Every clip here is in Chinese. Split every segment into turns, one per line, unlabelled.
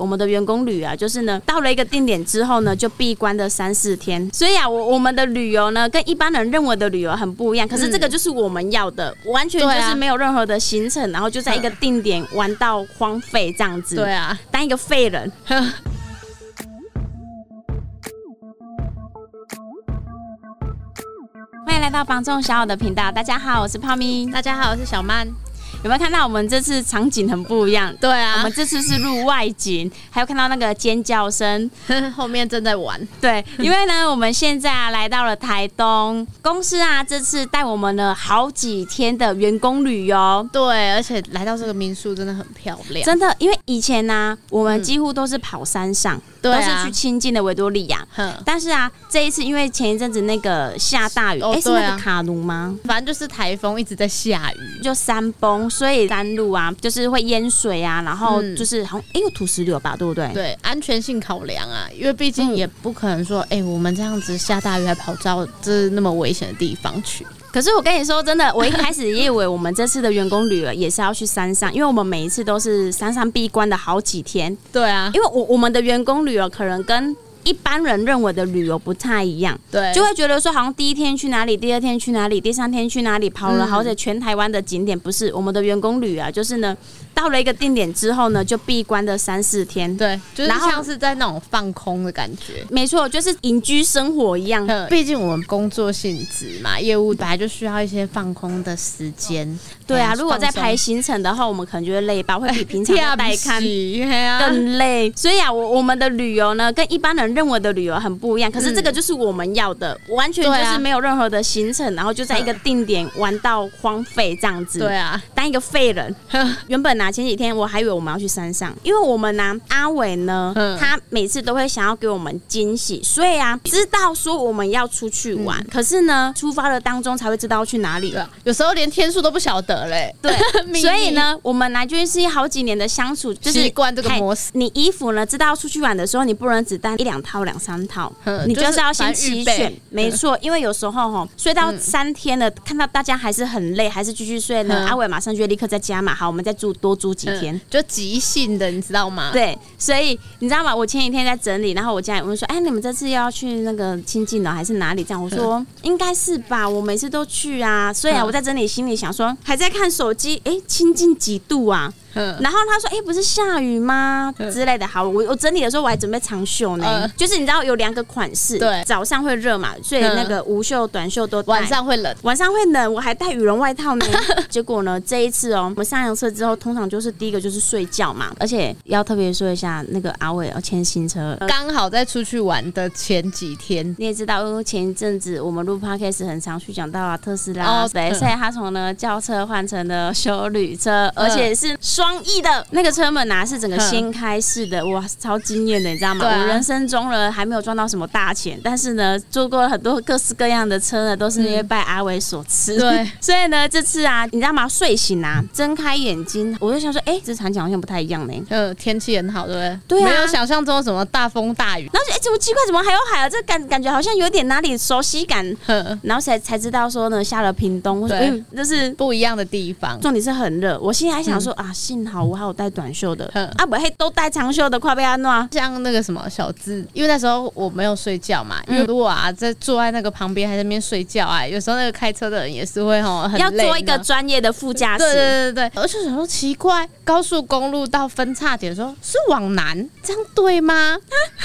我们的员工旅啊，就是呢，到了一个定点之后呢，就闭关的三四天。所以啊，我我们的旅游呢，跟一般人认为的旅游很不一样。可是这个就是我们要的，完全
对
就
啊
是没有任何的行程，然后就在一个定点玩到荒废这样子。
对，啊，
当一个废人。 欢迎来到房仲小友的频道，大家好，我是泡咪。
大家好，我是小曼。
有没有看到我们这次场景很不一样？
对
我
啊
们，这次是录外景，还有看到那个尖叫声。
后面正在玩，
对，因为呢，我们现在啊来到了台东公司啊，这次带我们了好几天的员工旅游。
对，而且来到这个民宿真的很漂亮，
真的，因为以前呢、我们几乎都是跑山上，
嗯对
都是
啊
去，亲近的维多利亚。
哼，
但是啊，这一次因为前一阵子那个下大雨，哎、
哦
是那
对
个
啊
卡努吗？
反正就是台风一直在下雨，
就山崩，所以山路啊，就是会淹水啊，然后
嗯
就是好像哎、有土石流吧，对不对？
对，安全性考量啊，因为毕竟
嗯
也不可能说，哎、我们这样子下大雨还跑到这那么危险的地方去，
可是我跟你说真的，我一开始也以为我们这次的员工旅游也是要去山上，因为我们每一次都是山上闭关的好几天，
对啊，
因为我我们的员工旅游可能跟一般人认为的旅游不太一样，
对，
就会觉得说好像第一天去哪里，第二天去哪里，第三天去哪里，跑了
嗯
好几全台湾的景点，不是我们的员工旅游啊，就是呢到了一个定点之后呢就闭关的三四天，
对，就是
然后
像是在那种放空的感觉。
没错，就是隐居生活一样，
哼毕竟我们工作性质嘛，业务本来就需要一些放空的时间。
对啊，
哎
如果在
放松
排行程的话，我们可能就会累爆，会比平 常的带看
更
更累。所以啊，我我们的旅游呢，跟一般人认为的旅游很不一样。可是这个就是我们要的，完全
嗯对
就
啊
是没有任何的行程，然后就在一个定点玩到荒废这样子。
对。啊，
当一个废人，原本呢、前几天我还以为我们要去山上，因为我们呢、阿伟呢，
嗯
他每次都会想要给我们惊喜，所以啊，知道说我们要出去玩，可是呢，出发的当中才会知道去哪里
嗯 对。啊，有时候连天数都不晓得嘞。
对
秘密
所以，呢，我们来就是好几年的相处，就是
习惯这个
嘿
模式
你衣服呢，知道出去玩的时候，你不能只带一两套、两三 套，
嗯
你就是要先
就是
齐
反正预备
全。没错，因为有时候哈，睡到
嗯
三天了，看到大家还是很累，还是继续睡呢，
嗯
阿伟马上就会立刻再加码，好，我们再住多住几天
嗯。就即兴的，你知道吗？
对，所以你知道吗？我前几天在整理，然后我家里问说：“哎，你们这次又要去那个亲近的还是哪里？”这样我说：“应该是吧，我每次都去啊。”所以啊，
嗯
我在整理，心里想说，还在看手机，哎，亲近几度啊？
嗯，
然后他说：“哎、不是下雨吗？”
嗯
之类的。好，我我整理的时候我还准备长袖呢，
嗯
就是你知道有两个款式，
对
早上会热嘛，所以
嗯
那个无袖、短袖都带
晚上会冷。
晚上会冷，我还带羽绒外套 呢。结果呢，这一次哦、我们上完车之后，通常就是第一个就是睡觉嘛，而且要特别说一下，那个阿伟要签新车。呃
刚好在出去玩的前几天，
你也知道，因为前一阵子我们录 podcast 很常去讲到啊特斯拉，
哦
对，
嗯
所以他从呢轿车换成了修旅车，
嗯
而且是双翼的那个车门啊是整个
嗯
掀开式的，哇，超惊艳的，你知道吗？
对啊
我人生中呢还没有赚到什么大钱，但是呢做过很多各式各样的车呢，都是因为拜阿伟所赐。
嗯对，
所以呢，这次啊，你知道吗？睡醒啊，睁开眼睛，我就想说，哎、这场景好像不太一样呢。
嗯，天气很好，对不对？
对啊
没有想象中有什么大风大雨。
然后就，哎、怎么奇怪？怎么还有海啊？这感感觉好像有点哪里熟悉感。
哼，
然后才才知道说呢，下了屏东，我说，
对
嗯，就是
不一样的地方。
重点是很热。我心里还想说、啊，幸好我还有带短袖的
嗯，
啊，不，嘿，都带长袖的，快被安诺。
像那个什么小智，因为那时候我没有睡觉嘛，
嗯
因为如果啊在坐在那个旁边还在那边睡觉啊，有时候那个开车的人也是会吼很
要
累
做一个
呢
专业的副驾驶，
对对对对，我就想说奇怪，高速公路到分叉点的时候是往南，这样对吗？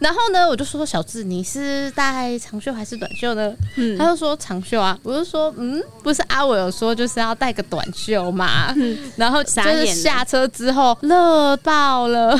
然后呢，我就说小智，你是带长袖还是短袖呢？
嗯
他就说长袖啊，我就说嗯，不是阿伟有说就是要带个短袖嘛，然后就
嗯傻眼了
是下车之后热爆了，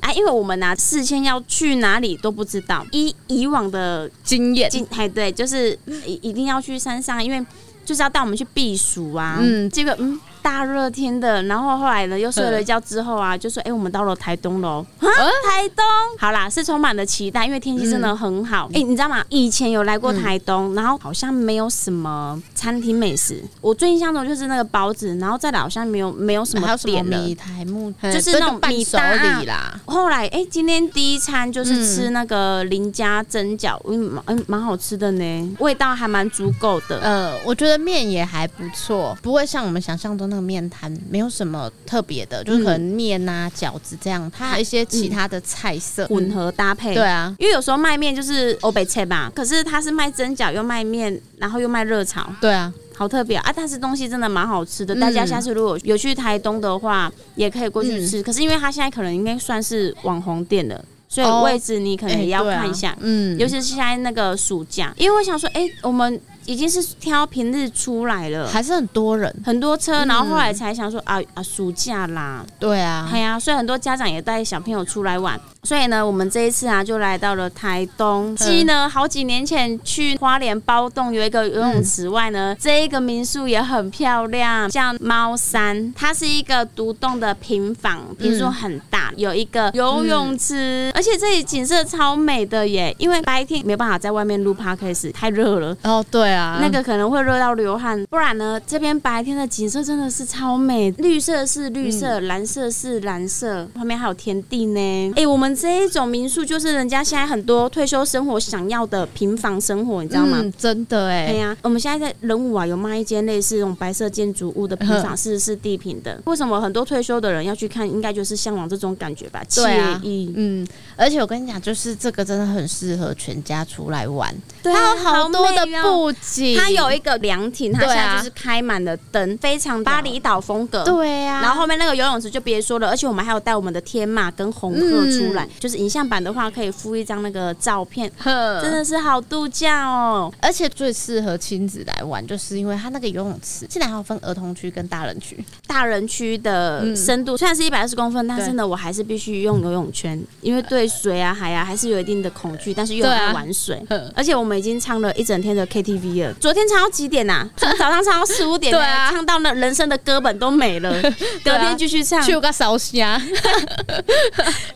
啊，因为我们呢、事先要去哪里都不知道，以以往的
惊艳，
今哎对，就是一一定要去山上，因为就是要带我们去避暑啊。嗯，
嗯
这个嗯大热天的，然后后来呢又睡了一觉之后啊，就说哎、我们到了台东喽。啊，台东好啦，是充满了期待，因为天气真的很好。
嗯
哎、你知道吗？以前有来过台东，然后好像没有什么餐厅美食，我最印象中就是那个包子，然后再来好像没有没有什
还
么
有什么
点了。
米苔木，
就是那种
半
米
手
搭
礼啦，
后来，哎、今天第一餐就是吃那个林家蒸饺，嗯，蛮嗯蛮好吃的呢，味道还蛮足够的。
嗯呃，我觉得面也还不错，不会像我们想象中那个面摊没有什么特别的，就是可能面啊、饺子这样，它还有一些其他的菜色嗯
混。合搭配。
对啊，
因为有时候卖面就是欧北菜吧，可是它是卖蒸饺又卖面，然后又卖热炒，
对啊，
好特别啊！但是东西真的蛮好吃的，
嗯
大家下次如果有去台东的话，也可以过去
嗯
吃。可是因为它现在可能应该算是网红店了，所
哦
以位置你可能
哎
也要
对啊
看一下。
嗯，
尤其是现在那个暑假，因为我想说，哎、我们已经是挑平日出来了，
还是嗯很多人。
很多车，然后后来才想说啊啊，暑假啦，
对啊
哎，呀、所以很多家长也带小朋友出来玩。所以呢，我们这一次啊，就来到了台
嗯
东。继呢，好几年前去花莲包洞有一个游泳池外
嗯
呢，这一个民宿也很漂亮，叫猫山。它是一个独栋的平房，平数很大，有一个游泳
嗯
池，而且这里景色超美的耶。因为白天没办法在外面录 podcast，太热了。
哦，对啊，
那个可能会热到流汗，不然呢，这边白天的景色真的是超美，绿色是绿色，蓝色是蓝色，旁边还有田地呢。哎、我们这一种民宿就是人家现在很多退休生活想要的平房生活，你知道吗？
嗯真的
对
哎，
呀、我们现在在仁武啊，有卖一间类似这种白色建筑物的平房，是是地平的。为什么很多退休的人要去看？应该就是向往这种感觉吧，
对啊
惬意。
嗯，而且我跟你讲，就是这个真的很适合全家出来玩，
对
它
啊，
有好多的
美哦
布景，
它有一个凉亭，它
对啊
现在就是开满了灯，非常巴厘岛风格。
对啊呀、
然后后面那个游泳池就别说了，而且我们还有带我们的天马跟红鹤出
嗯
来，就是影像版的话可以附一张那个照片，
呵
真的是好度假哦。
而且最适合亲子来玩，就是因为它那个游泳池竟然还有分儿童区跟大人区，
大人区的
嗯
深度虽然是一百二十公分，但
对
是呢，我还是必须用游泳圈，因为对水啊、海啊还是有一定的恐惧，但是又很
对啊
爱玩水。
呵
而且我们已经唱了一整天的 KTV 了，昨天唱到几点呐、从早上唱到四五点、
对啊
唱到那人生的歌本都没了，
对
隔
啊
天继续唱。
去个烧虾，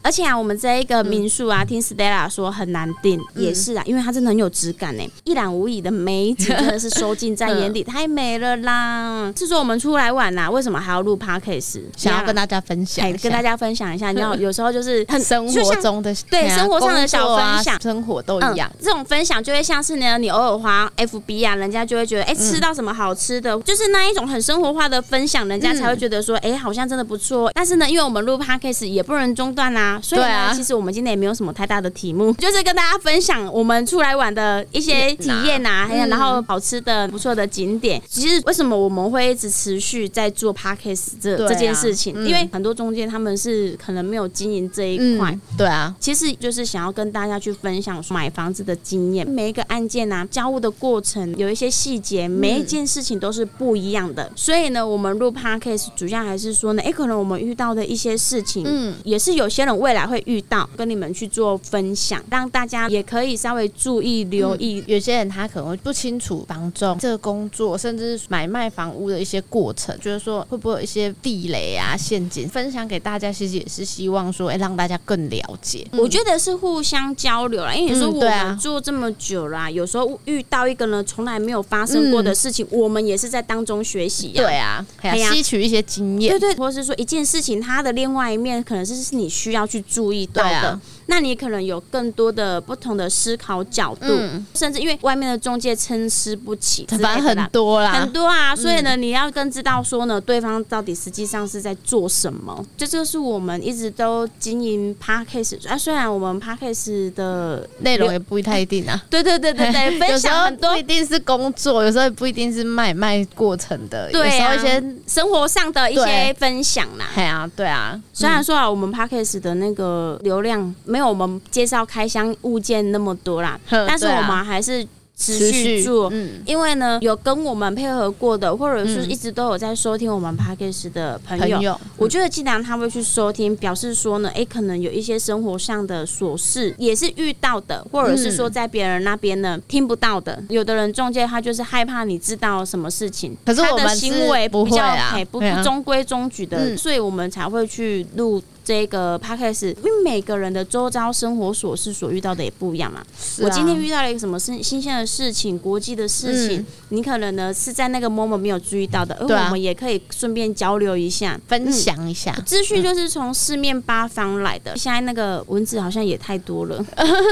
而且啊，我们这一
嗯
个民宿啊，听 Stella 说很难订，也是啊，因为它真的很有质感呢，一览无遗的美景真的是收尽在眼 底，太美了啦！是说我们出来玩呐、为什么还要录 podcast？
想要跟
大
大家分享一下，
跟大家分享一下，你要有时候就是很
生
就
活
像
中的
对
啊
生活上的小
工作啊
分享
生活都一样。
嗯。这种分享就会像是呢，你偶尔花 FB 啊，人家就会觉得
嗯
哎、诶吃到什么好吃的，就是那一种很生活化的分享，人家才会觉得说哎、诶好像真的不错。但是呢，因为我们录 podcast 也不能中断啦、所以呢，
对啊
其实我们今天也没有什么太大的题目， 就是跟大家分享我们出来玩的一些体验呐、啊，还有
嗯
然后好吃的、不错的景点。其实为什么我们会一直持续在做 podcast 这、
对啊
这件事情，
嗯
因为很多中介他们是可能没有经营这一块。，
对啊，
其实就是想要跟大家去分享买房子的经验，每一个案件啊，交屋的过程有一些细节，每一件事情都是不一样的。所以呢，我们录 podcast 主要还是说呢，诶，哎可能我们遇到的一些事情，
嗯
也是有些人未来会遇到，跟你们去做分享，让大家也可以稍微注意留意。
有些人他可能会不清楚房仲这个工作，甚至是买卖房屋的一些过程，就是说会不会有一些地雷啊、陷阱，分享给大家，其实也是希望说，哎、让大家更了解。
我觉得是互相交流啦，因为你说
嗯
我
对啊
们做这么久啦、有时候遇到一个呢从来没有发生过
嗯
的事情，我们也是在当中学习呀、
对啊，哎
哎
呀
呀
吸取一些经验
对，对，或是说一件事情它的另外一面，可能是是你需要去注意到
对
的。
啊
那你可能有更多的不同的思考角度，
嗯
甚至因为外面的中介参差不齐之类的啦，
反正很嗯多啦
很，多啊，所以呢，你要更知道说呢，对方到底实际上是在做什么。这就是我们一直都经营 p a d k a s t 啊，虽然我们 p a d k a s t 的
内容也不太一定啊。
对对对对对，
有
分
时
享
候
很多
不一定是工作，有时候也不一定是买卖过程的，
对、啊，
有时候一些，
生活上的一些
对
分享啦。
哎呀、对啊，
虽然说啊，我们 podcast 的那个流量没有我们介绍开箱物件那么多啦，
呵
但是
对
我
啊
们还是持续做。
嗯，
因为呢，有跟我们配合过的，或者是
嗯
一直都有在收听我们 podcast 的朋
朋
友，
友，
我觉得既然他会去收听，表示说呢，诶，可能有一些生活上的琐事也是遇到的，或者是说在别人那边呢听不到的。有的人中介他就是害怕你知道什么事情，
可是我
他
们
的
是
行为
不
比
会
较
啊
嘿不
对啊
不中规中矩的，
嗯
所以我们才会去录这个 podcast，因为每个人的周遭生活琐事所遇到的也不一样嘛。
是啊
我今天遇到了一个什么新新鲜的事情，国际的事情，
嗯
你可能呢是在那个 moment 没有注意到的，而
对啊
我们也可以顺便交流一下。嗯
分享一下，
资讯就是从四面八方来的，现在那个文字好像也太多了，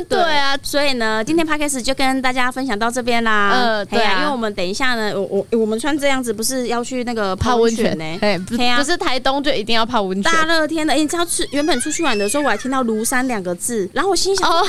对啊，
所以呢，今天 podcast 就跟大家分享到这边啦。
呃对啊
嘿呀因为我们等一下呢，我我我们穿这样子不是要去那个
泡
泡
温
温
泉
泉 呢、
哎，不
嘿啊
不是台东就一定要泡温泉
大热天的，哎、你知道去原本出去玩的时候，我还听到庐山两个字，然后我心想
哦，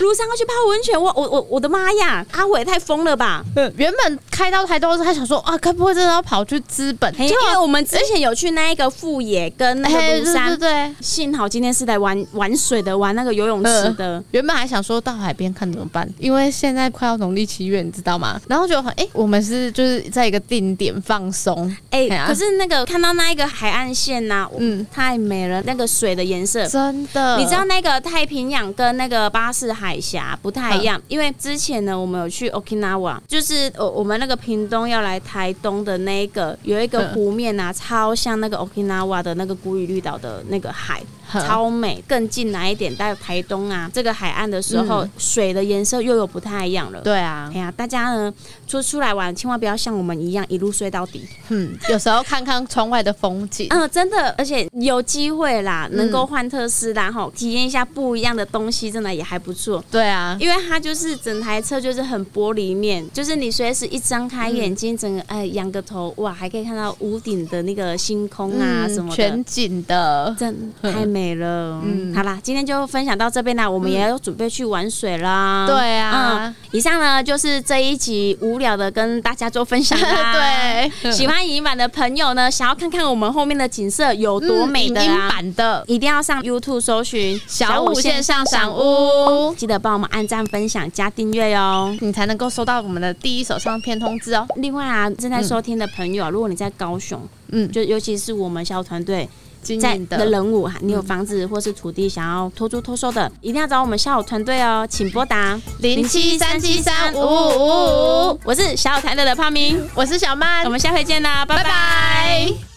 庐山要去泡温泉，我我我我的妈呀，阿伟太疯了吧！
原本开到台东，他想说啊，该不会真的啊要跑去资本？
嘿因为我们之前有去那一个富野跟那个
哎，
庐
对对
山，
对，
幸好今天是来玩玩水的，玩那个游泳
嗯
池的。
原本还想说到海边看怎么办，因为现在快要农历七月，你知道吗？然后就很哎、我们是就是在一个定点放松，
哎、
嘿啊
可是那个看到那一个海岸线呐、
嗯
嗯，太美了，那个水的颜色。
真的，
你知道那个太平洋跟那个巴士海峡不太一样，
嗯
因为之前呢，我们有去 Okinawa，就是呃我我们那个屏东要来台东的那一个有一个
嗯
湖面啊，超像那个 Okinawa 的那个古语绿岛的那个海，
哼
超美。更近来一点到台东啊，这个海岸的时候，
嗯
水的颜色又有不太一样了。
对啊
哎，呀，大家呢出出来玩，千万不要像我们一样一路睡到底。
嗯，有时候看看窗外的风景，
嗯，真的，而且有机会啦，能
嗯
够换特斯拉哈，体验一下不一样的东西，真的也还不错。
对啊，
因为它就是整台车就是很玻璃面，就是你随时一张开
嗯
眼睛，整个哎仰个头，哇，还可以看到屋顶的那个星空啊什么的
嗯全，景的，
真 太美了。
嗯
嗯，好啦，今天就分享到这边啦，我们也要准备去玩水啦。嗯
对 啊，
以上呢就是这一集无聊的跟大家做分享啦。
对，
喜欢影音版的朋友呢，想要看看我们后面的景色有多美的
嗯影音
啊，
版的
一定要上 YouTube 搜寻
小五线上赏
赏
屋，
记得帮我们按赞、分享、加订阅哟。
你才能够收到我们的第一手上片通知哦。
另外啊，正在收听的朋友啊，如果你在高雄，
嗯，
就尤其是我们小团队
经
在
营
嗯的嗯
的，
人物，你有房子或是土地想要托租托售的，一定要找我们小五团队哦，请拨打
073735555五五五。
我是小五团队的胖明，
我是小曼
嗯我，们下回见啦，拜
拜
拜
拜